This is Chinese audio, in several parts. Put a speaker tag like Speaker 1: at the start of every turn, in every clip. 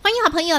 Speaker 1: 欢迎好朋友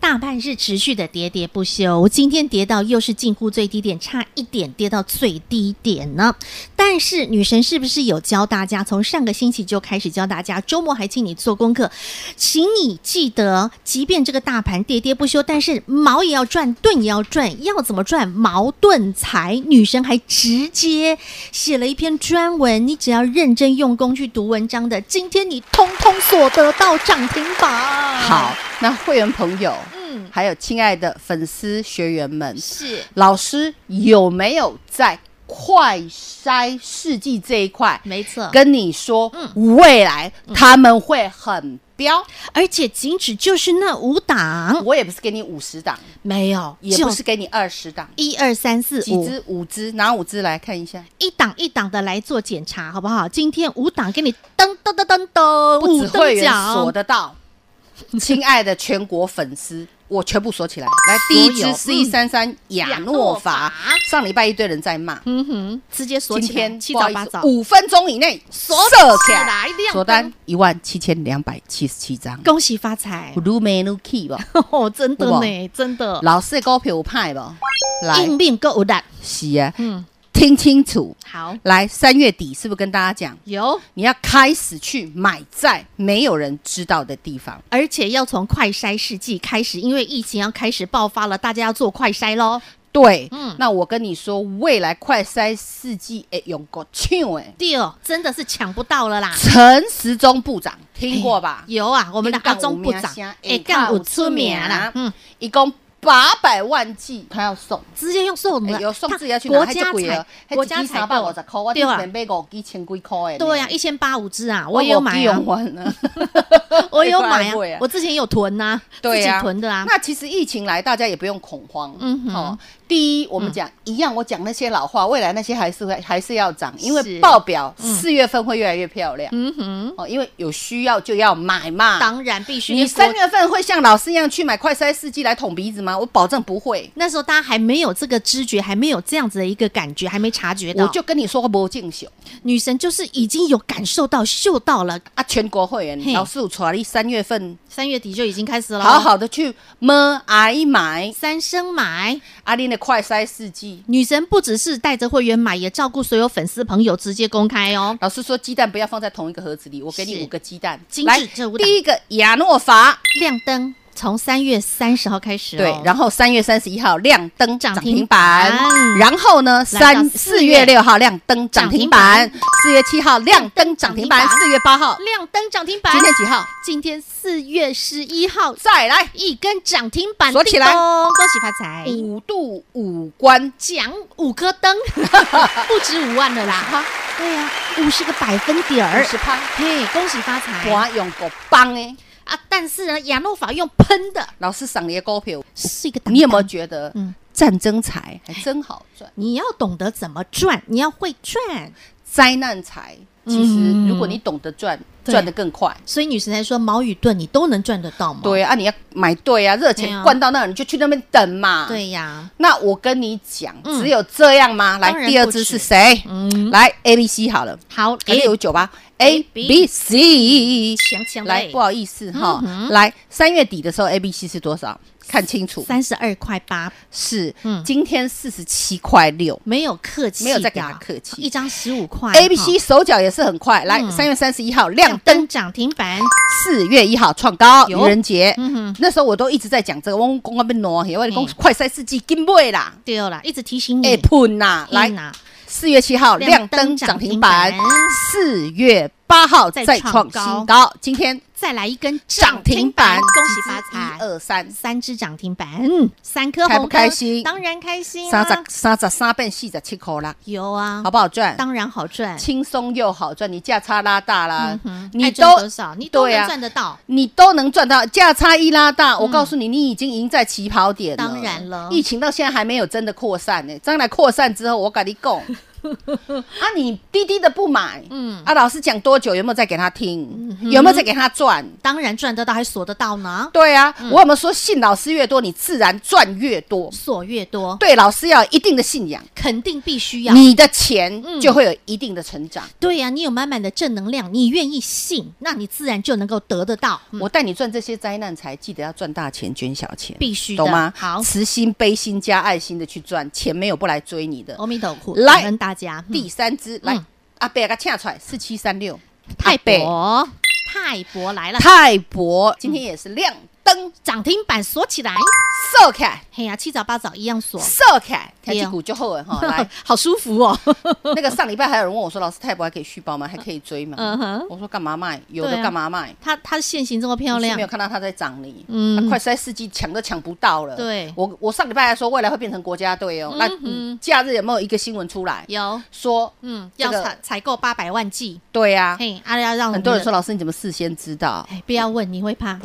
Speaker 1: 大盘是持续的跌跌不休，今天跌到又是近乎最低点，差一点跌到最低点呢。但是女神是不是有教大家，从上个星期就开始教大家，周末还请你做功课，请你记得，即便这个大盘跌跌不休，但是毛也要赚，盾也要赚，要怎么赚？矛盾财，女神还直接写了一篇专文，你只要认真用功去读文章的，今天你通通所得到涨停板。
Speaker 2: 好，，那会员朋友，
Speaker 1: 嗯，
Speaker 2: 还有亲爱的粉丝学员们，
Speaker 1: 是。
Speaker 2: 老师有没有在快筛试剂这一块
Speaker 1: 没错，
Speaker 2: 跟你说，未来他们会很飙？
Speaker 1: 而且仅止就是那五档，
Speaker 2: 我也不是给你五十档，
Speaker 1: 没有，
Speaker 2: 也不是给你二十档，
Speaker 1: 一二三四
Speaker 2: 几
Speaker 1: 五
Speaker 2: 只五只，拿五只来看一下。
Speaker 1: 一档一档的来做检查，好不好？今天五档给你噔噔噔噔噔，
Speaker 2: 不
Speaker 1: 五
Speaker 2: 止
Speaker 1: 等
Speaker 2: 会员锁
Speaker 1: 奖，
Speaker 2: 得到，亲爱的全国粉丝， 我全部锁起来。来，第一
Speaker 1: 所
Speaker 2: 支
Speaker 1: 有嗯
Speaker 2: C 三三亚诺
Speaker 1: 亚
Speaker 2: 法
Speaker 1: 诺法，
Speaker 2: 上礼拜一堆人在骂，
Speaker 1: 嗯哼，直接锁
Speaker 2: 今
Speaker 1: 起来，
Speaker 2: 天
Speaker 1: 七
Speaker 2: 不好
Speaker 1: 早
Speaker 2: 意
Speaker 1: 八
Speaker 2: 思
Speaker 1: 早，
Speaker 2: 五分钟以内
Speaker 1: 锁
Speaker 2: 射
Speaker 1: 起
Speaker 2: 起
Speaker 1: 来
Speaker 2: 来
Speaker 1: 亮，
Speaker 2: 锁
Speaker 1: 灯哎
Speaker 2: 单一万七千两百七十七张。
Speaker 1: 恭喜发财！
Speaker 2: Blue Man Key 吧，
Speaker 1: 哦，真的
Speaker 2: 有
Speaker 1: 呢，真的，
Speaker 2: 老师的股票有派吧，来
Speaker 1: 硬命购物的，
Speaker 2: 是啊，
Speaker 1: 嗯，
Speaker 2: 听清楚，
Speaker 1: 好，
Speaker 2: 来三月底是不是跟大家讲，
Speaker 1: 有，
Speaker 2: 你要开始去买在没有人知道的地方？
Speaker 1: 而且要从快筛试剂开始，因为疫情要开始爆发了，大家要做快筛喽。
Speaker 2: 对，
Speaker 1: 嗯
Speaker 2: 那我跟你说，未来快筛试剂哎，用过呛哎，
Speaker 1: 第二，真的是抢不到了啦。
Speaker 2: 陈时中部长听过吧？
Speaker 1: 有啊，我
Speaker 2: 我
Speaker 1: 们的阿中部长，
Speaker 2: 啊
Speaker 1: 哎，干有出名
Speaker 2: 哎
Speaker 1: 啦，嗯，，
Speaker 2: 一共八百万剂，他要送，
Speaker 1: 直接用送
Speaker 2: 哎
Speaker 1: 的
Speaker 2: 有送自己要去拿，
Speaker 1: 国
Speaker 2: 还
Speaker 1: 家
Speaker 2: 就贵
Speaker 1: 采
Speaker 2: 了，
Speaker 1: 国家采
Speaker 2: 三百五
Speaker 1: 购
Speaker 2: 十，块，我
Speaker 1: 对
Speaker 2: 之
Speaker 1: 啊
Speaker 2: 前买五支千几块哎，
Speaker 1: 对呀、啊，一千八五支
Speaker 2: 哦
Speaker 1: 啊，我也有买啊
Speaker 2: 用，完了，
Speaker 1: 我也有 买
Speaker 2: 太贵
Speaker 1: 啊
Speaker 2: 了，
Speaker 1: 我之前有囤呐、
Speaker 2: 对
Speaker 1: 自
Speaker 2: 呀
Speaker 1: 己囤的啊，
Speaker 2: 那其实疫情来，大家也不用恐慌。
Speaker 1: 嗯哼
Speaker 2: 哦，第一，我们讲一样，我讲那些老话，未来那些还是会还是要涨，
Speaker 1: 是
Speaker 2: 因为报表四月份会越来越漂亮。
Speaker 1: 嗯哼，
Speaker 2: 哦，因为有需要就要买嘛。
Speaker 1: 当然必须
Speaker 2: 你
Speaker 1: 因为
Speaker 2: 三
Speaker 1: 国
Speaker 2: 月份会像老师一样去买快筛试剂来捅鼻子吗？我保证不会。
Speaker 1: 那时候大家还没有这个知觉，还没有这样子的一个感觉，还没察觉到。
Speaker 2: 我就跟你说不敬修
Speaker 1: 女神就是已经有感受到、嗅到了，
Speaker 2: 啊，全国会
Speaker 1: 嘿
Speaker 2: 员老师有传你三月份
Speaker 1: 三月底就已经开始了。
Speaker 2: 好，好的去摸挨买
Speaker 1: 三生买
Speaker 2: 阿玲的快筛试剂。
Speaker 1: 女神不只是带着会员买，也照顾所有粉丝朋友，直接公开哦。
Speaker 2: 老师说鸡蛋不要放在同一个盒子里，我给
Speaker 1: 是
Speaker 2: 你五个鸡蛋
Speaker 1: 精。致
Speaker 2: 来，
Speaker 1: 这五档
Speaker 2: 第一个亚诺法，
Speaker 1: 亮灯从三月三十号开始、哦，
Speaker 2: 对，然后三月三十一号亮灯
Speaker 1: 涨
Speaker 2: 涨
Speaker 1: 停
Speaker 2: 停板
Speaker 1: 板，
Speaker 2: 然后呢，
Speaker 1: 来到
Speaker 2: 三
Speaker 1: 四
Speaker 2: 四
Speaker 1: 月
Speaker 2: 月六号亮灯涨停板，四月七号亮灯涨停板，
Speaker 1: 亮灯
Speaker 2: 四月八号，
Speaker 1: 亮灯涨停板。
Speaker 2: 今天几号？
Speaker 1: 今天四月十一号
Speaker 2: 再来
Speaker 1: 一根涨停板，
Speaker 2: 锁起
Speaker 1: 叮
Speaker 2: 来哎
Speaker 1: 咚恭喜发财！
Speaker 2: 五度五关，
Speaker 1: 奖五颗 灯，不止五万了啦！ 对呀、五十个百分点
Speaker 2: 二
Speaker 1: 儿，
Speaker 2: 十趴，
Speaker 1: 嘿，恭喜发财
Speaker 2: 我用过棒诶。
Speaker 1: 啊！但是呢，亚诺法用喷的，
Speaker 2: 老师赏你的股票，
Speaker 1: 是一个档
Speaker 2: 你有没有觉得
Speaker 1: 嗯
Speaker 2: 战争财还真好赚？
Speaker 1: 你要懂得怎么赚，你要会赚，
Speaker 2: 灾难财其
Speaker 1: 嗯
Speaker 2: 实如果你懂得赚，
Speaker 1: 对
Speaker 2: 赚得更快。
Speaker 1: 所以女神才说矛与盾你都能赚得到嘛。
Speaker 2: 对啊，你要买对啊，热
Speaker 1: 哦对啊
Speaker 2: 钱灌到那儿，你就去那边等嘛。，
Speaker 1: 对呀、
Speaker 2: 那我跟你讲，
Speaker 1: 嗯
Speaker 2: 只有这样吗？
Speaker 1: 当
Speaker 2: 来，
Speaker 1: 然
Speaker 2: 第二
Speaker 1: 不
Speaker 2: 支
Speaker 1: 止
Speaker 2: 是谁？
Speaker 1: 嗯，
Speaker 2: 来 A B C 好了，
Speaker 1: 好，
Speaker 2: 六九八 A
Speaker 1: B
Speaker 2: B C。
Speaker 1: 强强
Speaker 2: 来，不好意思哈
Speaker 1: 嗯，
Speaker 2: 来三月底的时候 A B C 是多少？看清楚，
Speaker 1: 三十二块八，
Speaker 2: 是
Speaker 1: 嗯
Speaker 2: 今天四十七块六。
Speaker 1: 没有客气的，
Speaker 2: 没有再给他客气
Speaker 1: 一张十五块
Speaker 2: A B
Speaker 1: 哈
Speaker 2: C 手脚也是很快，来
Speaker 1: 嗯
Speaker 2: 三月三十一号
Speaker 1: 亮
Speaker 2: 亮
Speaker 1: 灯
Speaker 2: 灯，
Speaker 1: 涨停板，
Speaker 2: 四月一号创高，愚
Speaker 1: 有
Speaker 2: 人节
Speaker 1: 嗯哼，
Speaker 2: 那时候我都一直在讲这个，我讲我被挪，我讲
Speaker 1: 嗯
Speaker 2: 快赛世纪金杯啦，
Speaker 1: 对啦，一直提醒你，啊
Speaker 2: 哎喷呐，来
Speaker 1: 呐，
Speaker 2: 四月七号
Speaker 1: 嗯亮
Speaker 2: 亮
Speaker 1: 灯
Speaker 2: 灯
Speaker 1: 涨
Speaker 2: 涨
Speaker 1: 停
Speaker 2: 停
Speaker 1: 板
Speaker 2: 板，四月八号
Speaker 1: 再
Speaker 2: 再
Speaker 1: 创
Speaker 2: 创
Speaker 1: 高
Speaker 2: 新高，今天
Speaker 1: 再来一根
Speaker 2: 涨停板，
Speaker 1: 恭喜发
Speaker 2: 一
Speaker 1: 财！
Speaker 2: 二三，
Speaker 1: 三只涨停板，嗯，三颗红
Speaker 2: 开
Speaker 1: 灯，
Speaker 2: 不开心
Speaker 1: 当然开心啊！
Speaker 2: 三十三十三变四十七块啦，
Speaker 1: 有啊，
Speaker 2: 好不好赚？
Speaker 1: 当然好赚。
Speaker 2: 轻松又好赚，你价差拉大啦
Speaker 1: 嗯，哼，
Speaker 2: 你
Speaker 1: 爱赚
Speaker 2: 都
Speaker 1: 多少，你都
Speaker 2: 对
Speaker 1: 能
Speaker 2: 啊
Speaker 1: 赚得到。
Speaker 2: 你都能赚到，价差一拉大，我告诉你，你已经赢在起跑点
Speaker 1: 嗯
Speaker 2: 了。
Speaker 1: 当然了
Speaker 2: 疫情到现在还没有真的扩散呢、将来扩散之后，我跟你 讲，啊，你滴滴的不买，
Speaker 1: 嗯
Speaker 2: 嗯，啊，老师讲多久，有没有再给他听？有没有再给他赚？
Speaker 1: 当然赚得到，还锁得到呢，
Speaker 2: 对啊，
Speaker 1: 嗯
Speaker 2: 我有没有说信老师越多，你自然赚越多？
Speaker 1: 锁越多，
Speaker 2: 对老师要有一定的信仰，
Speaker 1: 肯定必须要。
Speaker 2: 你的钱
Speaker 1: 嗯
Speaker 2: 就会有一定的成长。
Speaker 1: 对呀、你有满满的正能量，你愿意信，那你自然就能够得得到。嗯
Speaker 2: 我带你赚这些灾难财，记得要赚大钱捐小钱，
Speaker 1: 必须的
Speaker 2: 懂吗？
Speaker 1: 好
Speaker 2: 慈心、悲心加爱心的去赚，钱没有不来追你的。
Speaker 1: 阿弥陀佛，
Speaker 2: 来
Speaker 1: 感恩大家。嗯
Speaker 2: 第三支来
Speaker 1: 哦嗯，
Speaker 2: 阿贝给他请出来，四七三六，
Speaker 1: 泰
Speaker 2: 阿
Speaker 1: 博，泰博来了
Speaker 2: 伯，，泰博
Speaker 1: 嗯
Speaker 2: 今天也是亮灯，
Speaker 1: 涨停板锁起来。
Speaker 2: 射开，
Speaker 1: 嘿呀、七早八早一样锁，
Speaker 2: 射开，台
Speaker 1: 对
Speaker 2: 积
Speaker 1: 哦
Speaker 2: 股就后了哈。 来，
Speaker 1: 好舒服 哦。
Speaker 2: 那个上礼拜还有人问我说，老师泰博还可以续报吗？还可以 追
Speaker 1: 嗯
Speaker 2: 吗
Speaker 1: 哼？
Speaker 2: 我说干嘛卖？有
Speaker 1: 对
Speaker 2: 的
Speaker 1: 啊
Speaker 2: 干嘛卖？
Speaker 1: 它它现形这么漂
Speaker 2: 你是没有
Speaker 1: 亮，
Speaker 2: 看到它在涨你，
Speaker 1: 嗯
Speaker 2: 嗯，快塞司机抢都抢不到了。
Speaker 1: 对
Speaker 2: 我我上礼拜还说未来会变成国家队哦，那
Speaker 1: 嗯嗯
Speaker 2: 嗯假日有没有一个新闻出来
Speaker 1: 有，
Speaker 2: 说，
Speaker 1: 嗯，
Speaker 2: 这
Speaker 1: 要
Speaker 2: 个
Speaker 1: 采采购八百万剂。
Speaker 2: 对啊，
Speaker 1: 嘿，啊，要让我们
Speaker 2: 很多人说，老师你怎么事先知道？
Speaker 1: 哎，不要问，你会怕。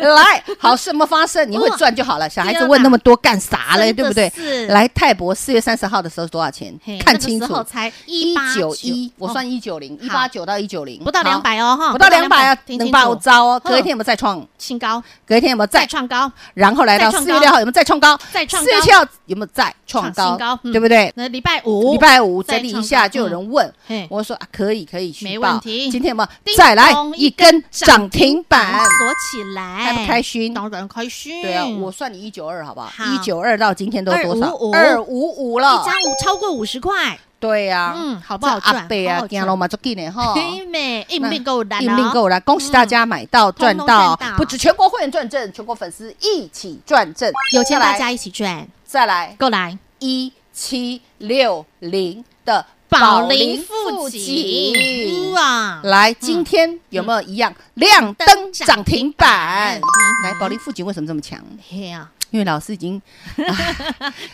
Speaker 2: 来，好事有没有发生？你会赚 就好了，小孩子
Speaker 1: 对啊
Speaker 2: 问那么多干啥嘞？
Speaker 1: 真
Speaker 2: 对
Speaker 1: 的
Speaker 2: 不对
Speaker 1: 是？
Speaker 2: 来泰博四月三十号的时候多少钱
Speaker 1: 嘿？
Speaker 2: 看清
Speaker 1: 那个时候
Speaker 2: 楚，
Speaker 1: 才一
Speaker 2: 一
Speaker 1: 八
Speaker 2: 九一，我
Speaker 1: 哦
Speaker 2: 算一九零，一
Speaker 1: 好
Speaker 2: 八九到一九零，
Speaker 1: 不到
Speaker 2: 好
Speaker 1: 两，百哦，哈，
Speaker 2: 不到两百啊，
Speaker 1: 听清
Speaker 2: 能
Speaker 1: 楚
Speaker 2: 爆招哦。
Speaker 1: 哼
Speaker 2: 隔一天有没有再创？
Speaker 1: 新高，
Speaker 2: 隔一天有没有
Speaker 1: 再
Speaker 2: 再？
Speaker 1: 创高，
Speaker 2: 然后来到
Speaker 1: 再创
Speaker 2: 四
Speaker 1: 高
Speaker 2: 月六号有没有再创高？
Speaker 1: 再创
Speaker 2: 四月
Speaker 1: 高
Speaker 2: 七号有没有再创
Speaker 1: 创
Speaker 2: 高
Speaker 1: 新高？嗯
Speaker 2: 对不对？
Speaker 1: 那礼拜五，
Speaker 2: 礼拜五
Speaker 1: 再
Speaker 2: 整理
Speaker 1: 创
Speaker 2: 一
Speaker 1: 高
Speaker 2: 下，就有
Speaker 1: 嗯
Speaker 2: 人问
Speaker 1: 嘿，
Speaker 2: 我说啊，可以可以，
Speaker 1: 没
Speaker 2: 续报
Speaker 1: 问题
Speaker 2: 今天有没
Speaker 1: 叮
Speaker 2: 有再来
Speaker 1: 咚一
Speaker 2: 一根涨停板？
Speaker 1: 锁起来，
Speaker 2: 开不开心
Speaker 1: 当然开心。
Speaker 2: 对啊，我算你一九二好不好
Speaker 1: 嗯好？
Speaker 2: 一九二到今天都多少？
Speaker 1: 255
Speaker 2: 二五五了
Speaker 1: 一。张五超过五十块，
Speaker 2: 对呀，
Speaker 1: 嗯，好
Speaker 2: 好
Speaker 1: 不好赚？
Speaker 2: 阿贝啊，惊了嘛，足紧的哈。
Speaker 1: 黑妹硬
Speaker 2: 哦那
Speaker 1: 命够难，
Speaker 2: 硬命够了，恭喜大家买到赚
Speaker 1: 哦通通
Speaker 2: 到
Speaker 1: 赚到，
Speaker 2: 不止全国会员赚正，全国粉丝一起赚正。
Speaker 1: 有钱
Speaker 2: 再来
Speaker 1: 大家一起赚，
Speaker 2: 再来
Speaker 1: 够来。
Speaker 2: 一七六零的
Speaker 1: 宝林富锦，哇，
Speaker 2: 来，今天有没有一样亮灯涨停板
Speaker 1: 嗯哼？
Speaker 2: 来，宝林富锦为什么这么强？
Speaker 1: 嘿呀，
Speaker 2: 因为老师已经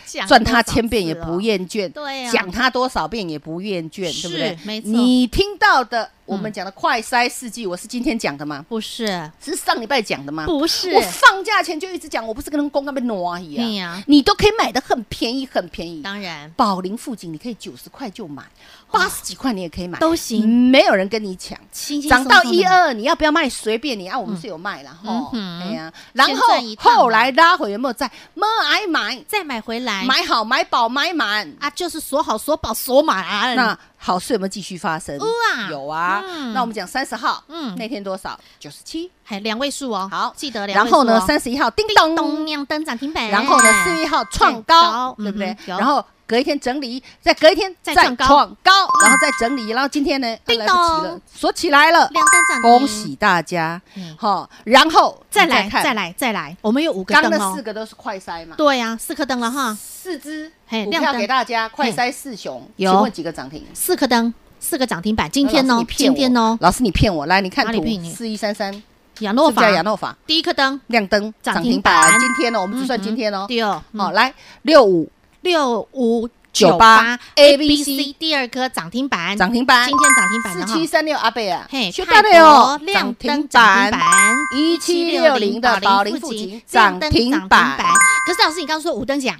Speaker 1: 讲
Speaker 2: 赚
Speaker 1: 多
Speaker 2: 他
Speaker 1: 少
Speaker 2: 千遍
Speaker 1: 次
Speaker 2: 也
Speaker 1: 了
Speaker 2: 不厌倦，
Speaker 1: 对啊
Speaker 2: 讲他多少遍也不厌倦，对不对
Speaker 1: 是？没错嗯
Speaker 2: 你听到的，我们讲的快筛试剂，我是今天讲的吗？
Speaker 1: 不是，
Speaker 2: 是上礼拜讲的吗？
Speaker 1: 不是
Speaker 2: 我放假前就一直讲，我不是跟人公那边挪一
Speaker 1: 对
Speaker 2: 样
Speaker 1: 呀，
Speaker 2: 啊你都可以买的很便宜，很便宜。
Speaker 1: 当然
Speaker 2: 宝林附近你可以九十块就买，八十几块你也可以买，
Speaker 1: 都行
Speaker 2: 没有人跟你抢。
Speaker 1: 轻轻松
Speaker 2: 涨
Speaker 1: 松
Speaker 2: 到
Speaker 1: 地
Speaker 2: 一
Speaker 1: 买，
Speaker 2: 二，你要不要卖？随便你啊，我们是有卖啦，
Speaker 1: 嗯
Speaker 2: 吼，
Speaker 1: 嗯哼
Speaker 2: 哎呀，然
Speaker 1: 先
Speaker 2: 后
Speaker 1: 赚一趟嘛
Speaker 2: 后来拉回有没有在？没挨买，
Speaker 1: 再买回来，
Speaker 2: 买好买饱买满。
Speaker 1: 啊，就是锁好、锁饱、锁满。
Speaker 2: 那好事有没有继续发生？
Speaker 1: 啊
Speaker 2: 有啊
Speaker 1: 哎嗯。
Speaker 2: 那我们讲三十号，
Speaker 1: 嗯
Speaker 2: 嗯，那天多少？九十七。
Speaker 1: 还两位数哦，
Speaker 2: 好
Speaker 1: 记得两
Speaker 2: 然
Speaker 1: 位数哦。
Speaker 2: 后呢，三十一号叮
Speaker 1: 叮咚
Speaker 2: 咚，
Speaker 1: 亮灯涨停板，
Speaker 2: 然后呢，四月一号创
Speaker 1: 创高
Speaker 2: 高，
Speaker 1: 嗯
Speaker 2: 对不对
Speaker 1: 哼？有
Speaker 2: 然后隔一天整理，再隔一天
Speaker 1: 再
Speaker 2: 再
Speaker 1: 创
Speaker 2: 创
Speaker 1: 高
Speaker 2: 高，然后再整理，然后今天呢，啊
Speaker 1: 叮
Speaker 2: 来不及
Speaker 1: 咚
Speaker 2: 了，锁起来了。
Speaker 1: 亮灯涨停，
Speaker 2: 恭喜大家
Speaker 1: 嗯，
Speaker 2: 好，然后
Speaker 1: 再来
Speaker 2: 你看
Speaker 1: 再来再来，我们有五个
Speaker 2: 刚
Speaker 1: 灯
Speaker 2: 那
Speaker 1: 哦
Speaker 2: 四，个都是快筛嘛，
Speaker 1: 对啊呀，四颗灯了哈，
Speaker 2: 四只
Speaker 1: 嘿
Speaker 2: 股
Speaker 1: 亮
Speaker 2: 票
Speaker 1: 灯
Speaker 2: 给大家，快筛四雄，
Speaker 1: 有
Speaker 2: 请问几个涨停？
Speaker 1: 四颗灯，四个涨停板，今天
Speaker 2: 老
Speaker 1: 哦
Speaker 2: 师你，骗
Speaker 1: 今
Speaker 2: 我
Speaker 1: 天哦，
Speaker 2: 老师你骗我，来你看
Speaker 1: 哪里
Speaker 2: 图
Speaker 1: 骗你
Speaker 2: 四一三三，是
Speaker 1: 亚诺
Speaker 2: 不是
Speaker 1: 法
Speaker 2: 叫亚诺法
Speaker 1: 第一颗灯，
Speaker 2: 亮灯
Speaker 1: 涨
Speaker 2: 涨
Speaker 1: 停
Speaker 2: 停板
Speaker 1: 板？
Speaker 2: 今天呢，我们只算
Speaker 1: 嗯哼
Speaker 2: 今天哦。
Speaker 1: 第二，
Speaker 2: 好，
Speaker 1: 嗯，
Speaker 2: 来六五
Speaker 1: 六五
Speaker 2: 九八 A B C
Speaker 1: 第二颗涨停板，
Speaker 2: 涨停板
Speaker 1: 哎今，天涨停板
Speaker 2: 四
Speaker 1: 了哈
Speaker 2: 七，三六阿贝啊，
Speaker 1: 嘿，
Speaker 2: 修
Speaker 1: 泰
Speaker 2: 大的哦
Speaker 1: 国，亮灯涨停板。
Speaker 2: 一七六零的宝林富锦涨停板
Speaker 1: 可是老师，你刚刚说五等奖，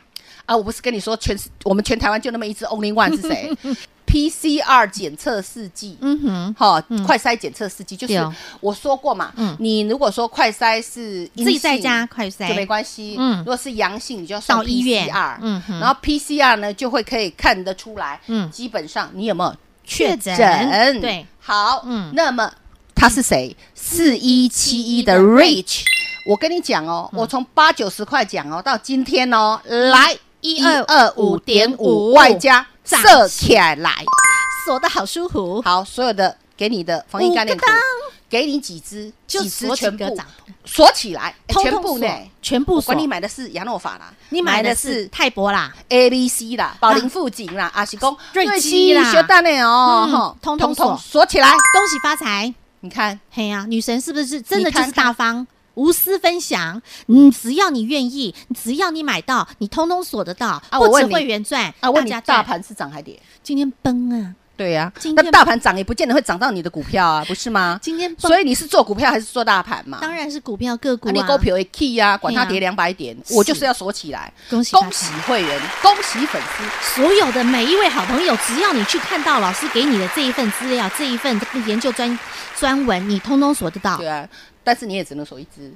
Speaker 2: 啊！我不是跟你说全是我们全台湾就那么一只 Only One 是谁 ？PCR 检测试剂，
Speaker 1: 嗯哼，
Speaker 2: 好、
Speaker 1: 嗯
Speaker 2: 快筛检测试剂就
Speaker 1: 对
Speaker 2: 是
Speaker 1: 哦
Speaker 2: 我说过嘛，
Speaker 1: 嗯
Speaker 2: 你如果说快筛是阴
Speaker 1: 自己在
Speaker 2: 性
Speaker 1: 家快
Speaker 2: 就没
Speaker 1: 筛，
Speaker 2: 关系，
Speaker 1: 嗯
Speaker 2: 如果是阳性，你就要上
Speaker 1: 到医院
Speaker 2: PCR，，
Speaker 1: 嗯哼，
Speaker 2: 然后 PCR 呢就会可以看得出来，
Speaker 1: 嗯
Speaker 2: 基本上你有没有
Speaker 1: 确诊
Speaker 2: 诊？
Speaker 1: 对，
Speaker 2: 好，
Speaker 1: 嗯
Speaker 2: 嗯，那么他是谁？四一七一的
Speaker 1: 的嗯
Speaker 2: Rich，我跟你讲哦，我从八九十块讲哦，到今天哦，来一二五点
Speaker 1: 12.5
Speaker 2: 五外加
Speaker 1: 涨
Speaker 2: 射起来，
Speaker 1: 锁的好舒服，
Speaker 2: 好，所有的给你的防疫概念股
Speaker 1: 五个。
Speaker 2: 给你几只，
Speaker 1: 哦就
Speaker 2: 几只
Speaker 1: 锁几
Speaker 2: 全
Speaker 1: 个
Speaker 2: 部
Speaker 1: 涨
Speaker 2: 锁起来，哎
Speaker 1: 通
Speaker 2: 全
Speaker 1: 通
Speaker 2: 部
Speaker 1: 锁
Speaker 2: 呢，
Speaker 1: 全部
Speaker 2: 我管
Speaker 1: 锁
Speaker 2: 你买的是亚诺法啦，
Speaker 1: 你买的是泰博啦，
Speaker 2: A、B、C 啦，宝林富锦啦，啊是讲
Speaker 1: 瑞基啦
Speaker 2: 小蛋的哦
Speaker 1: 嗯，
Speaker 2: 吼
Speaker 1: 通通锁
Speaker 2: 锁起来。
Speaker 1: 恭喜发财！
Speaker 2: 你看，
Speaker 1: 嘿呀、女神是不是真的
Speaker 2: 你
Speaker 1: 就
Speaker 2: 看
Speaker 1: 是大方、无私分享？嗯，只要你愿意，只要你买到，你通通锁得到，
Speaker 2: 啊
Speaker 1: 不
Speaker 2: 我
Speaker 1: 止
Speaker 2: 问你
Speaker 1: 会员赚，
Speaker 2: 啊，问你
Speaker 1: 大家
Speaker 2: 大
Speaker 1: 赚。
Speaker 2: 盘是涨还跌？
Speaker 1: 今天崩啊，
Speaker 2: 对呀
Speaker 1: 今，
Speaker 2: 那
Speaker 1: 天
Speaker 2: 大盘涨也不见得会涨到你的股票啊，不是吗？
Speaker 1: 今天崩，
Speaker 2: 所以你是做股票还是做大盘嘛？
Speaker 1: 当然是股票个股
Speaker 2: 啊，
Speaker 1: 啊。
Speaker 2: 你股票的 key 啊，管它
Speaker 1: 对啊
Speaker 2: 跌两百点，
Speaker 1: 是
Speaker 2: 我就是要锁起来。
Speaker 1: 恭喜发
Speaker 2: 恭喜
Speaker 1: 财！
Speaker 2: 会员，恭喜粉丝，
Speaker 1: 所有的每一位好朋友，只要你去看到老师给你的这一份资料、这一份研究专专文，你通通锁得到
Speaker 2: 对。啊，但是你也只能锁一只。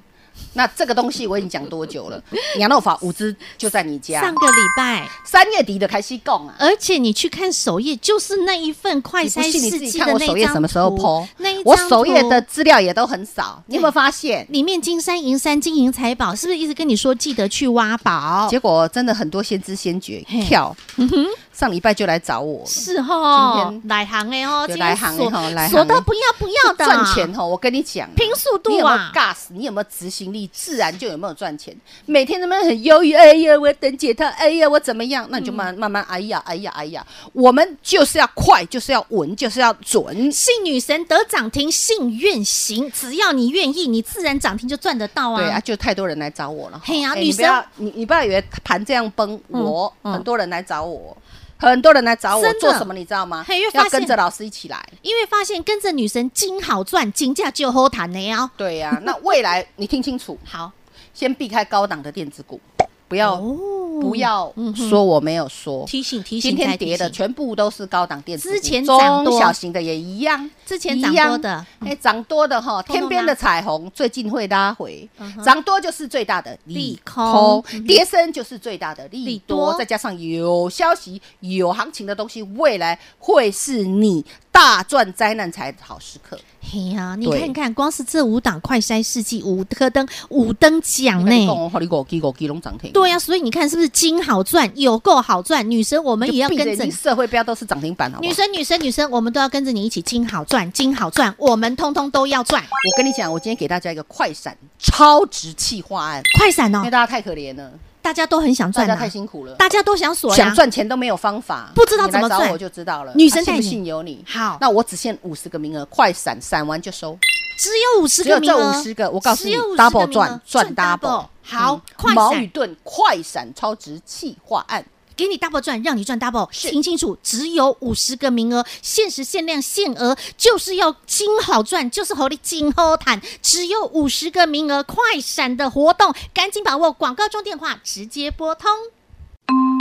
Speaker 2: 那这个东西我已经讲多久 了？养老法五只就在你家
Speaker 1: 上，个礼拜，
Speaker 2: 三月底的开始供啊。
Speaker 1: 而且你去看首页，就是那一份快
Speaker 2: 你不
Speaker 1: 筛
Speaker 2: 信你
Speaker 1: 试
Speaker 2: 自己
Speaker 1: 剂
Speaker 2: 看
Speaker 1: 的
Speaker 2: 我
Speaker 1: 那
Speaker 2: 首
Speaker 1: 一
Speaker 2: 页
Speaker 1: 张
Speaker 2: 什么时候
Speaker 1: 图
Speaker 2: 剖？
Speaker 1: 那一
Speaker 2: 我
Speaker 1: 张
Speaker 2: 首页
Speaker 1: 图
Speaker 2: 的资料也都很少，你有没有
Speaker 1: 对
Speaker 2: 发现？
Speaker 1: 里面金山银山金银财宝，是不是一直跟你说记得去挖宝？
Speaker 2: 结果真的很多先知先觉
Speaker 1: 嘿
Speaker 2: 跳，
Speaker 1: 嗯
Speaker 2: 上礼拜就来找我了，
Speaker 1: 是哈
Speaker 2: 今，天
Speaker 1: 来行哎哦，
Speaker 2: 对
Speaker 1: 今天
Speaker 2: 来行的
Speaker 1: 锁
Speaker 2: 吼来行
Speaker 1: 锁
Speaker 2: 的
Speaker 1: 到不要不要的，
Speaker 2: 赚钱哦！我跟你讲啊，
Speaker 1: 拼速度啊
Speaker 2: 你有没有 gas？你有没有执行力？自然就有没有赚钱。每天他们很忧郁，哎呀，我等解套，哎呀，我怎么样？那你就慢
Speaker 1: 嗯
Speaker 2: 慢慢，哎呀，哎呀，哎呀，我们就是要快，就是要稳，就是要准。
Speaker 1: 信女神得涨停，信愿行，只要你愿意，你自然涨停就赚得到
Speaker 2: 对啊，
Speaker 1: 啊。
Speaker 2: 就太多人来找我了。
Speaker 1: 嘿呀
Speaker 2: 哎
Speaker 1: 女
Speaker 2: 你不要
Speaker 1: 生，
Speaker 2: 你你不要以为盘这样崩，
Speaker 1: 嗯
Speaker 2: 我
Speaker 1: 嗯
Speaker 2: 很多人来找我，很多人来找我
Speaker 1: 真的
Speaker 2: 做什么？你知道吗
Speaker 1: 嘿因为？发
Speaker 2: 要
Speaker 1: 现
Speaker 2: 跟着老师一起来。
Speaker 1: 因为发现跟着女神金好赚，金价就好谈的呀。
Speaker 2: 对呀、 那未来你听清楚，
Speaker 1: 好，
Speaker 2: 先避开高档的电子股，不要、
Speaker 1: 哦
Speaker 2: 不要
Speaker 1: 嗯哼
Speaker 2: 说我没有说。
Speaker 1: 哦提醒提醒，
Speaker 2: 今天
Speaker 1: 再提
Speaker 2: 跌的
Speaker 1: 醒
Speaker 2: 全部都是高档电子股，
Speaker 1: 之前涨多
Speaker 2: 中小型的也一样，
Speaker 1: 之前
Speaker 2: 一
Speaker 1: 涨
Speaker 2: 样
Speaker 1: 多的，
Speaker 2: 哎，涨多的哈，
Speaker 1: 通通
Speaker 2: 天边的彩虹最近会拉回，涨多就是最大的
Speaker 1: 利
Speaker 2: 利
Speaker 1: 空
Speaker 2: 空
Speaker 1: 嗯哼，
Speaker 2: 跌升就是最大的
Speaker 1: 利
Speaker 2: 利
Speaker 1: 多
Speaker 2: 多，再加上有消息、有行情的东西，未来会是你大赚灾难财的好时刻。
Speaker 1: 嘿呀，你
Speaker 2: 对
Speaker 1: 看看，光是这五档快筛试剂五颗灯五等奖
Speaker 2: 你
Speaker 1: 呢
Speaker 2: 讲。哦，好，你五 G 五 G 拢涨停，
Speaker 1: 对呀、所以你看是不是金好赚，有够好赚？女神我们
Speaker 2: 就
Speaker 1: 也要
Speaker 2: 闭着
Speaker 1: 跟着
Speaker 2: 眼睛
Speaker 1: 你，
Speaker 2: 社会标都是涨停板，好不
Speaker 1: 女
Speaker 2: 好？
Speaker 1: 神女神女神，我们都要跟着你一起金好赚，金好赚，我们通通都要赚，
Speaker 2: 我跟你讲，我今天给大家一个快闪超值企划案，
Speaker 1: 快闪
Speaker 2: 因为
Speaker 1: 哦！
Speaker 2: 大家太可怜了，
Speaker 1: 大家都很想
Speaker 2: 大
Speaker 1: 赚、
Speaker 2: 家
Speaker 1: 啊，
Speaker 2: 太辛苦了。
Speaker 1: 大家都想锁呀、
Speaker 2: 想赚钱都没有方法，
Speaker 1: 啊不知道怎么
Speaker 2: 你来
Speaker 1: 赚
Speaker 2: 找我就知道了。
Speaker 1: 女神
Speaker 2: 啊
Speaker 1: 带
Speaker 2: 信
Speaker 1: 你
Speaker 2: 不信由你。
Speaker 1: 好
Speaker 2: 那我只限五十个名额，快闪，闪完就收。
Speaker 1: 只有五十
Speaker 2: 只有
Speaker 1: 个名
Speaker 2: 这
Speaker 1: 额，
Speaker 2: 五十个，我告诉
Speaker 1: 只
Speaker 2: 你
Speaker 1: 有50个
Speaker 2: ，double
Speaker 1: 名额
Speaker 2: 赚赚 double。
Speaker 1: 好，
Speaker 2: 嗯
Speaker 1: 快
Speaker 2: 毛与
Speaker 1: 闪
Speaker 2: 盾快闪超值企划案，
Speaker 1: 给你 double 赚，让你赚 double。
Speaker 2: 是
Speaker 1: 听清楚，只有五十个名额，限时限量限额，就是要金好赚，就是猴力金好谈，只有五十个名额，快闪的活动，赶紧把握！广告中电话直接拨通。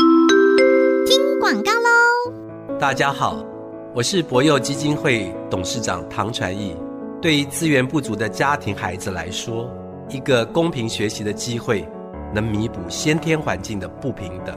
Speaker 1: 听广告喽！
Speaker 3: 大家好，我是博幼基金会董事长唐传义。对于资源不足的家庭孩子来说，一个公平学习的机会，能弥补先天环境的不平等。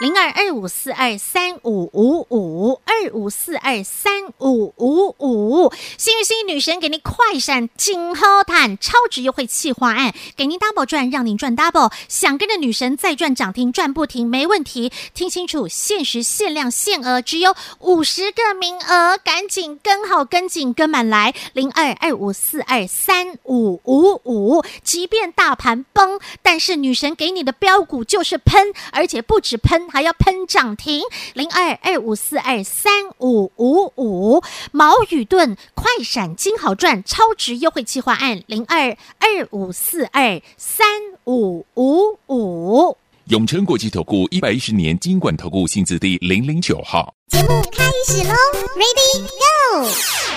Speaker 1: 零二二五四二三五五五二五四二三五五五，幸运星女神给您快闪金喝毯超值优惠企划案，给您 double 赚，让您赚 double。想跟着女神再赚涨停赚不停，没问题。听清楚，限时限量限额，只有五十个名额，赶紧跟好跟紧跟满来，零二二五四二三五五五。即便大盘崩，但是女神给你的标股就是喷，而且不止喷，还要喷涨停。零二二五四二三五五五，毛宇顿快闪金好赚超值优惠计划案，零二二五四二三五五五。
Speaker 4: 永诚国际投顾一百一十年金管投顾新字第零零九号。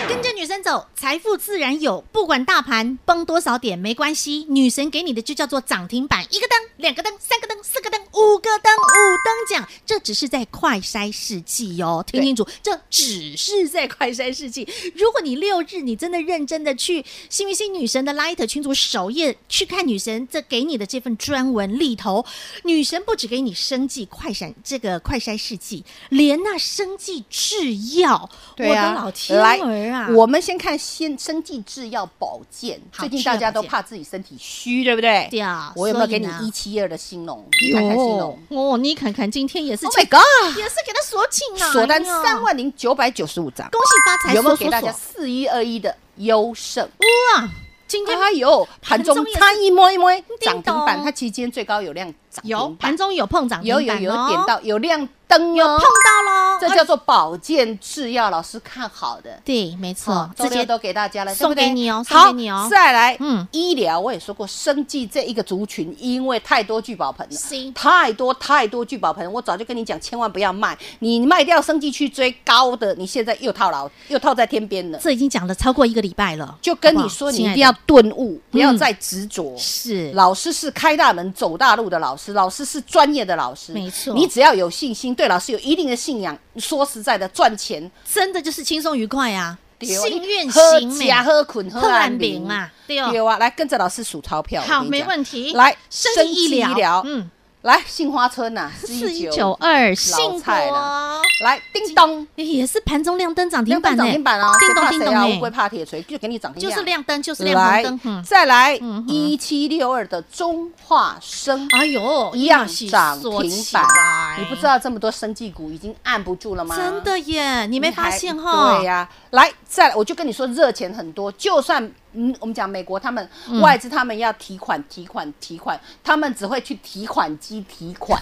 Speaker 1: 跟着女神神走，财富自然有。不管大盘崩多少点没关系，女神给你的就叫做涨停板，一个灯、两个灯、三个灯、四个灯、五个灯、五灯奖。这只是在快筛试剂哦，听清楚，这只是在快筛试剂。如果你六日你真的认真的去幸运星女神的 Light 群组首页去看女神这给你的这份专文里头，女神不只给你生计快闪这个快筛试剂，连那生计制药，
Speaker 2: 对
Speaker 1: 我
Speaker 2: 啊
Speaker 1: 的老天
Speaker 2: 来
Speaker 1: 儿啊！
Speaker 2: 我们先看先生技制药保健，
Speaker 1: 好
Speaker 2: 最近大家都
Speaker 1: 制药保健
Speaker 2: 怕自己身体虚，对不对？
Speaker 1: 对啊
Speaker 2: 我有没有
Speaker 1: 所以
Speaker 2: 给你
Speaker 1: 呢
Speaker 2: 一七二的兴隆？你看看兴隆
Speaker 1: 哦，你看看今天也是
Speaker 2: ，Oh my God，
Speaker 1: 也是给他锁紧啊，
Speaker 2: 锁单
Speaker 1: 哎呦
Speaker 2: 三，万零九百九十五张，
Speaker 1: 恭喜发财，
Speaker 2: 有没有
Speaker 1: 锁
Speaker 2: 给大
Speaker 1: 锁
Speaker 2: 家四一二一的优胜？
Speaker 1: 锁哇？今天
Speaker 2: 哎呦，盘中
Speaker 1: 盘中也是
Speaker 2: 差一摸一摸
Speaker 1: 叮
Speaker 2: 涨停板，
Speaker 1: 咚
Speaker 2: 它其实今天最高有量涨
Speaker 1: 有
Speaker 2: 停
Speaker 1: 盘
Speaker 2: 板，
Speaker 1: 中有碰涨停
Speaker 2: 有
Speaker 1: 板
Speaker 2: 有有
Speaker 1: 哦
Speaker 2: 点到有亮灯
Speaker 1: 有
Speaker 2: 哦
Speaker 1: 碰，到喽，哎
Speaker 2: 这叫做保健制药，老师看好的。
Speaker 1: 对，没错
Speaker 2: 好，
Speaker 1: 直
Speaker 2: 周
Speaker 1: 接
Speaker 2: 六哦都给大家了，
Speaker 1: 哦送
Speaker 2: 对不对
Speaker 1: 给你哦送
Speaker 2: 好，
Speaker 1: 给你哦
Speaker 2: 再来，
Speaker 1: 嗯
Speaker 2: 嗯，医疗我也说过，生计这一个族群，因为太多聚宝盆
Speaker 1: 是
Speaker 2: 了，太多太多聚宝盆，我早就跟你讲，千万不要卖，你卖掉生计去追高的，你现在又套牢，又套在天边了。
Speaker 1: 这已经讲了超过一个礼拜了，
Speaker 2: 就跟
Speaker 1: 好
Speaker 2: 你
Speaker 1: 不好
Speaker 2: 说，你
Speaker 1: 亲
Speaker 2: 一
Speaker 1: 爱
Speaker 2: 定
Speaker 1: 的
Speaker 2: 要顿悟，不要
Speaker 1: 嗯
Speaker 2: 再执着。
Speaker 1: 是
Speaker 2: 老师是开大门走大路的老师，老师是专业的老师，
Speaker 1: 没错
Speaker 2: 你只要有信心，对老师有一定的信仰，说实在的，赚钱
Speaker 1: 真的就是轻松愉快啊，
Speaker 2: 对哦
Speaker 1: 幸运行
Speaker 2: 你喝吃
Speaker 1: 美，
Speaker 2: 喝困喝
Speaker 1: 贺
Speaker 2: 安
Speaker 1: 兰
Speaker 2: 眠
Speaker 1: 饼啊，对哦，
Speaker 2: 有啊，来跟着老师数钞票。
Speaker 1: 好，
Speaker 2: 我跟你
Speaker 1: 没
Speaker 2: 讲
Speaker 1: 问题，
Speaker 2: 来，
Speaker 1: 生
Speaker 2: 生
Speaker 1: 意
Speaker 2: 技
Speaker 1: 医疗，
Speaker 2: 嗯
Speaker 1: 嗯，，
Speaker 2: 来杏花村啊呐，
Speaker 1: 四一
Speaker 2: 419
Speaker 1: 九，二幸哦
Speaker 2: 老菜
Speaker 1: 国
Speaker 2: 了。来叮咚，
Speaker 1: 也是盘中亮灯涨停
Speaker 2: 亮
Speaker 1: 板
Speaker 2: 灯
Speaker 1: 呢，
Speaker 2: 涨停板啊，
Speaker 1: 叮
Speaker 2: 谁
Speaker 1: 咚
Speaker 2: 怕
Speaker 1: 叮
Speaker 2: 谁
Speaker 1: 咚
Speaker 2: 啊？
Speaker 1: 哎
Speaker 2: 乌龟怕铁锤，就给你涨停
Speaker 1: 就
Speaker 2: 亮，
Speaker 1: 是亮灯，就是亮红
Speaker 2: 来
Speaker 1: 灯，嗯，
Speaker 2: 再来
Speaker 1: 嗯哼
Speaker 2: 一七六二的中化生。
Speaker 1: 哎呦，
Speaker 2: 哦一样
Speaker 1: 起
Speaker 2: 涨
Speaker 1: 锁
Speaker 2: 停
Speaker 1: 起
Speaker 2: 嗯板
Speaker 1: 来，
Speaker 2: 你不知道这么多生技股已经按不住了吗？
Speaker 1: 真的耶，你
Speaker 2: 你
Speaker 1: 没发
Speaker 2: 还嗯
Speaker 1: 现哈？
Speaker 2: 对呀、来，再来，我就跟你说，热钱很多，就算嗯，我们讲美国他们、外资他们要提款、提款、提款，他们只会去提款机提 款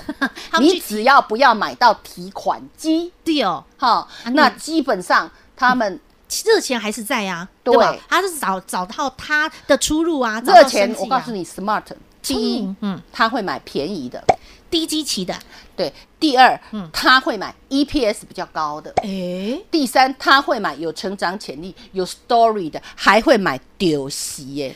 Speaker 1: 他，们去
Speaker 2: 你只要不要买到提款机，
Speaker 1: 对哦，
Speaker 2: 哈，
Speaker 1: 啊
Speaker 2: 那嗯
Speaker 1: 你
Speaker 2: 基本上他们
Speaker 1: 热钱还是在呀、
Speaker 2: 对
Speaker 1: 吧？他是找找到他的出入啊，找到
Speaker 2: 热钱，
Speaker 1: 生计
Speaker 2: 我
Speaker 1: 啊
Speaker 2: 告诉，你，smart，第
Speaker 1: 聪
Speaker 2: 一
Speaker 1: 明，嗯，
Speaker 2: 他会买便宜的，
Speaker 1: 低基期的，
Speaker 2: 对；第二
Speaker 1: 嗯，
Speaker 2: 他会买 EPS 比较高的。
Speaker 1: 哎，
Speaker 2: 第三，他会买有成长潜力、有 story 的，还会买丢席耶。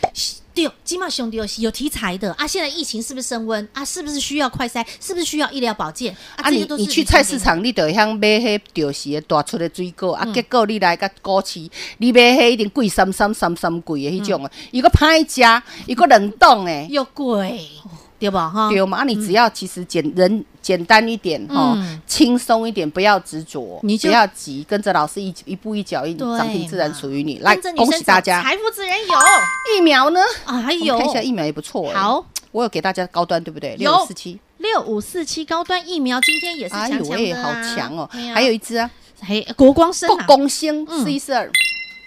Speaker 1: 对，金马兄弟有题材的啊，现在疫情是不是升温啊？是不是需要快筛？是不是需要医疗保健
Speaker 2: 啊，
Speaker 1: 这些
Speaker 2: 你
Speaker 1: 都是
Speaker 2: 你去菜市场，你就会向买迄着是的大出的水果，
Speaker 1: 嗯
Speaker 2: 啊，结果你来个股市，你买迄一定贵三三三三贵的迄种的，
Speaker 1: 嗯
Speaker 2: 伊个歹食，伊个冷冻的，
Speaker 1: 又贵，对吧？哈，
Speaker 2: 对嘛？啊，你只要其实简人简单一点吼
Speaker 1: 哦嗯，
Speaker 2: 轻松一点，不要执着，
Speaker 1: 你
Speaker 2: 不
Speaker 1: 就
Speaker 2: 要急，跟着老师一一步一脚印，
Speaker 1: 对
Speaker 2: 涨停自然属于你。
Speaker 1: 嘛
Speaker 2: 来，
Speaker 1: 跟着女
Speaker 2: 恭
Speaker 1: 生
Speaker 2: 喜大
Speaker 1: 走
Speaker 2: 家！
Speaker 1: 财富自然有。
Speaker 2: 疫苗呢？
Speaker 1: 哎
Speaker 2: 我们
Speaker 1: 呦，
Speaker 2: 看一下疫苗也不错。欸
Speaker 1: 好，
Speaker 2: 我有给大家高端，对不对？
Speaker 1: 有
Speaker 2: 六四七，
Speaker 1: 六五四七高端疫苗今天也是
Speaker 2: 哎
Speaker 1: 强
Speaker 2: 呦
Speaker 1: 强
Speaker 2: 喂，
Speaker 1: 的、
Speaker 2: 好
Speaker 1: 啊
Speaker 2: 强哦
Speaker 1: 对！啊
Speaker 2: 还有一只啊，
Speaker 1: 嘿，国光生
Speaker 2: 国
Speaker 1: 啊，
Speaker 2: 光星
Speaker 1: 嗯
Speaker 2: 四一四二。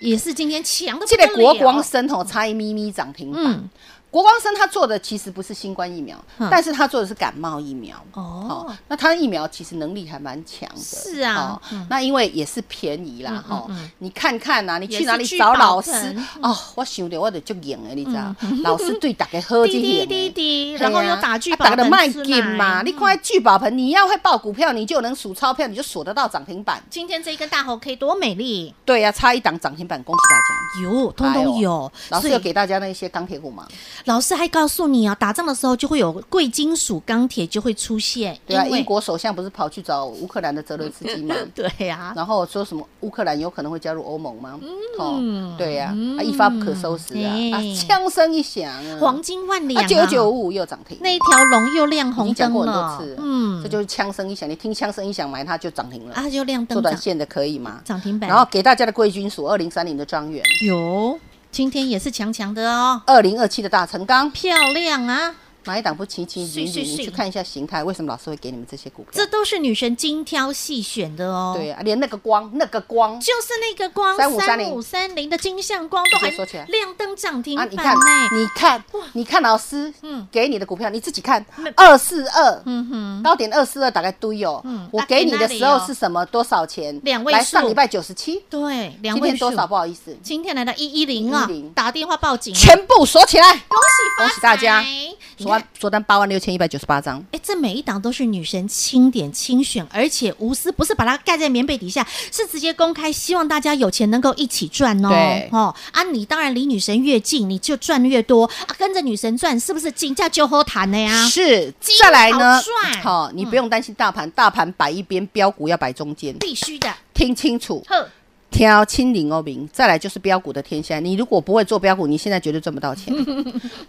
Speaker 1: 也是今天强的，
Speaker 2: 这个国光，生吼差一咪咪涨停板。
Speaker 1: 嗯，
Speaker 2: 国光生它做的其实不是新冠疫苗，
Speaker 1: 嗯
Speaker 2: 但是它做的是感冒疫苗。
Speaker 1: 哦，
Speaker 2: 那它的疫苗其实能力还蛮强的。哦
Speaker 1: 是啊嗯
Speaker 2: 那因为也是便宜啦，
Speaker 1: 嗯
Speaker 2: 哈、
Speaker 1: 嗯嗯
Speaker 2: 你看看呐、啊，你
Speaker 1: 也
Speaker 2: 去哪
Speaker 1: 是
Speaker 2: 里
Speaker 1: 聚
Speaker 2: 找
Speaker 1: 宝
Speaker 2: 老师
Speaker 1: 盆？
Speaker 2: 哦，我想着我就就赢了，你知道？老师对大家喝这
Speaker 1: 滴 滴
Speaker 2: 些。
Speaker 1: 滴滴，
Speaker 2: 嘿啊
Speaker 1: 然后又打聚
Speaker 2: 啊
Speaker 1: 宝
Speaker 2: 大家
Speaker 1: 盆
Speaker 2: 就卖
Speaker 1: 出
Speaker 2: 金嘛，
Speaker 1: 来
Speaker 2: 你看聚宝盆，你要会报股票，你就能数钞票，你就数得到涨停板。
Speaker 1: 今天这一根大红 K 多美丽，
Speaker 2: 对呀、差一档涨停板，恭喜大家！
Speaker 1: 有，通通有。
Speaker 2: 哎老
Speaker 1: 所
Speaker 2: 师
Speaker 1: 以
Speaker 2: 有给大家那些钢铁股吗？
Speaker 1: 老师还告诉你啊，打仗的时候就会有贵金属、钢铁就会出现，
Speaker 2: 对啊，
Speaker 1: 因为
Speaker 2: 英国首相不是跑去找乌克兰的泽伦斯基吗？
Speaker 1: 对呀、啊，
Speaker 2: 然后说什么乌克兰有可能会加入欧盟吗？哦，对呀、啊，一发不可收拾啊！
Speaker 1: 嗯
Speaker 2: 啊
Speaker 1: 哎，
Speaker 2: 枪声一响啊，
Speaker 1: 黄金万两
Speaker 2: 啊
Speaker 1: 啊，
Speaker 2: 九九五五又涨停，
Speaker 1: 那一条龙又亮
Speaker 2: 已
Speaker 1: 红
Speaker 2: 经讲
Speaker 1: 灯
Speaker 2: 过很
Speaker 1: 了
Speaker 2: 多，次，
Speaker 1: 嗯，
Speaker 2: 这就是枪声一响，你听枪声一响买它就涨停了，
Speaker 1: 啊就亮
Speaker 2: 做
Speaker 1: 灯
Speaker 2: 短
Speaker 1: 涨
Speaker 2: 线的可以吗？
Speaker 1: 涨停板，
Speaker 2: 然后给大家的贵军属二零三零的张远，
Speaker 1: 有，今天也是强强的哦，
Speaker 2: 二零二七的大成钢，
Speaker 1: 漂亮啊！
Speaker 2: 哪一档不齐齐
Speaker 1: 是
Speaker 2: 云
Speaker 1: 是
Speaker 2: 云？你
Speaker 1: 是
Speaker 2: 去看一下形态，为什么老师会给你们这些股票
Speaker 1: 这？都是女神精挑细选的哦。
Speaker 2: 对，啊，连那个光，那个光，
Speaker 1: 就是那个光三
Speaker 2: 3530
Speaker 1: 五三零的金像光都还
Speaker 2: 直接说起来
Speaker 1: 亮灯涨停
Speaker 2: 啊，
Speaker 1: 板
Speaker 2: 你
Speaker 1: 呢、
Speaker 2: 看，你看
Speaker 1: 哇，
Speaker 2: 你看老师，
Speaker 1: 嗯
Speaker 2: 给你的股票你自己看，二四二，
Speaker 1: 嗯哼，
Speaker 2: 高点二四二大概堆哦
Speaker 1: 嗯。
Speaker 2: 我
Speaker 1: 啊
Speaker 2: 给你
Speaker 1: 给那
Speaker 2: 的
Speaker 1: 里
Speaker 2: 时候
Speaker 1: 哦
Speaker 2: 是什么？多少钱？
Speaker 1: 两位
Speaker 2: 来
Speaker 1: 数
Speaker 2: 上礼拜九十七，
Speaker 1: 对，两
Speaker 2: 今
Speaker 1: 位
Speaker 2: 天
Speaker 1: 数
Speaker 2: 多少？不好意思，
Speaker 1: 今天来到一一零啊
Speaker 2: 110，
Speaker 1: 打电话报警啊，
Speaker 2: 全部锁起来。
Speaker 1: 恭喜发
Speaker 2: 恭喜大家
Speaker 1: 财你看
Speaker 2: 所完所单八万六千一百九十八张，
Speaker 1: 哎，这每一档都是女神清点清选，而且无私，不是把它盖在棉被底下，是直接公开，希望大家有钱能够一起赚哦。
Speaker 2: 对
Speaker 1: 哦啊，你当然离女神越近，你就赚越多啊，跟着女神赚，是不是金价就喝谈的呀？
Speaker 2: 是
Speaker 1: 金
Speaker 2: 再来呢
Speaker 1: 啊好赚？
Speaker 2: 好，你不用担心大盘，大盘摆一边，标股要摆中间，
Speaker 1: 必须的，
Speaker 2: 听清楚，
Speaker 1: 呵，
Speaker 2: 挑清零哦明，再来就是标股的天下。你如果不会做标股，你现在绝对赚不到 钱。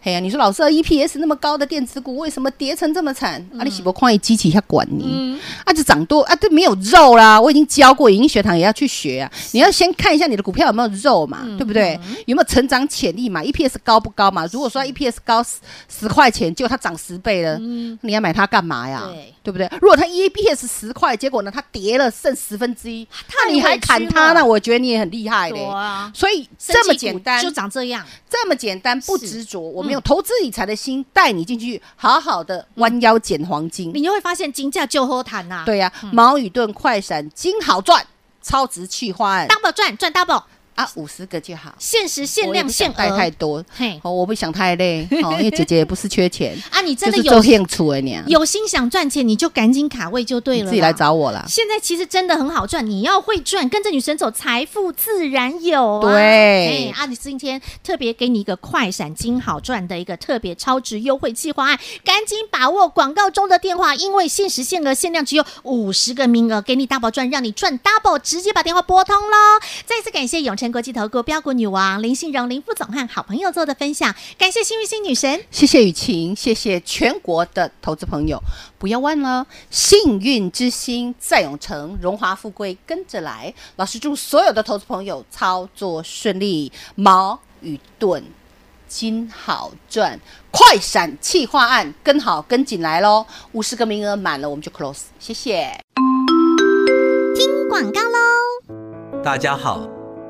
Speaker 2: 嘿呀、你说老师 EPS 那么高的电子股，为什么跌成这么惨？啊，你喜不矿业机器下管你？啊，这涨多啊，这没有肉啦。我已经教过，营学堂也要去学啊。你要先看一下你的股票有没有肉嘛，对不对？有没有成长潜力嘛？EPS 高不高嘛？如果说它 EPS 高十十块钱，结果它涨十倍了，你要买它干嘛呀？
Speaker 1: 对
Speaker 2: 嗯对不对？如果它 EPS 十块，结果呢它跌了剩十分之一，
Speaker 1: 太
Speaker 2: 啊那你还
Speaker 1: 委屈
Speaker 2: 砍它，
Speaker 1: 了
Speaker 2: 那我觉得你也很厉害嘞
Speaker 1: 对。啊，
Speaker 2: 所以哎这么
Speaker 1: 生技股
Speaker 2: 简单嗯
Speaker 1: 就，长这样，
Speaker 2: 这么简单，不
Speaker 1: 是嗯
Speaker 2: 执着。我们用投资理财的心带你进去，好好的弯腰捡黄金。
Speaker 1: 你就会发现金价就喝谈呐。，
Speaker 2: 对呀、啊毛宇顿快闪金好赚，超值企划案
Speaker 1: double 赚赚 double，
Speaker 2: 啊，五十个就好，
Speaker 1: 限时嗯限
Speaker 2: 我也
Speaker 1: 量
Speaker 2: 不
Speaker 1: 限
Speaker 2: 想带太
Speaker 1: 额。
Speaker 2: 多。
Speaker 1: 嘿，
Speaker 2: 哦，我不想太累，哦，因为姐姐也不是缺钱，
Speaker 1: 啊，你 真
Speaker 2: 就
Speaker 1: 的
Speaker 2: 是
Speaker 1: 有
Speaker 2: 做兴趣的你
Speaker 1: 有心想赚钱，你就赶紧卡位就对了啦。
Speaker 2: 自己来找我啦。
Speaker 1: 现在其实真的很好赚，你要会赚，跟着女神走，财富自然有、啊。
Speaker 2: 对
Speaker 1: 哎，阿、里今天特别给你一个快闪金好赚的一个特别超值优惠计划案，赶紧把握广告中的电话，因为限时限额限量只有五十个名额，给你 double 赚，让你赚 double，直接把电话拨通喽。再次感谢永诚国际投顾标股女王林信荣林副总和好朋友做的分享，感谢幸运星女神。
Speaker 2: 谢谢雨晴，谢谢全国的投资朋友，不要忘了幸运之星在永城，荣华富贵跟着来。老师祝所有的投资朋友操作顺利，毛与盾金好赚，快闪气化案跟好跟紧来喽！五十个名额满了，我们就 close，谢谢。
Speaker 1: 广告喽，
Speaker 3: 大家好，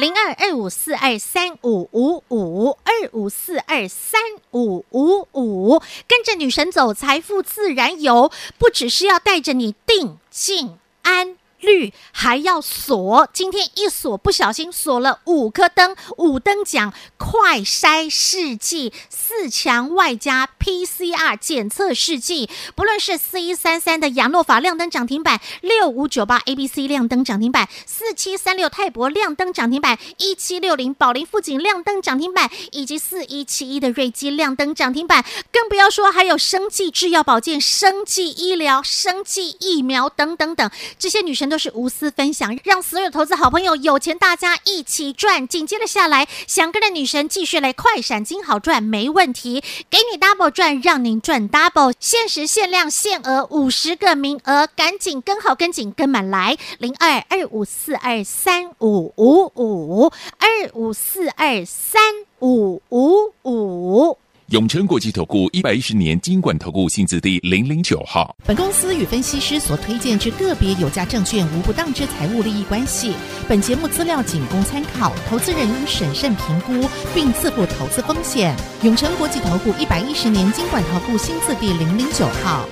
Speaker 1: 零二二五四二三五五五二五四二三五五五，跟着女神走，财富自然有。不只是要带着你定、静、安。律，还要锁，今天一锁不小心锁了五颗灯，五灯奖快筛试剂四强外加 PCR 检测试剂，不论是四一三三的亚诺法亮灯涨停板，六五九八 ABC 亮灯涨停板，四七三六泰博亮灯涨停板，一七六零宝林富锦亮灯涨停板，以及四一七一的瑞基亮灯涨停板，更不要说还有生技制药保健、生技医疗、生技疫苗等等等，这些女神都是无私分享，让所有投资好朋友有钱大家一起赚。紧接着下来，想跟着女神继续来快闪金好赚，没问题，给你 double 赚，让您赚 double，限时限量限额五十个名额，赶紧跟好跟紧跟满来，零二二五四二三五五五二五四二三五五五。
Speaker 4: 永诚国际投顾一百一十年金管投顾性质第零零九号。
Speaker 5: 本公司与分析师所推荐之个别有价证券无不当之财务利益关系。本节目资料仅供参考，投资人应审慎评估并自负投资风险。永诚国际投顾一百一十年经管投顾新字第零零九号。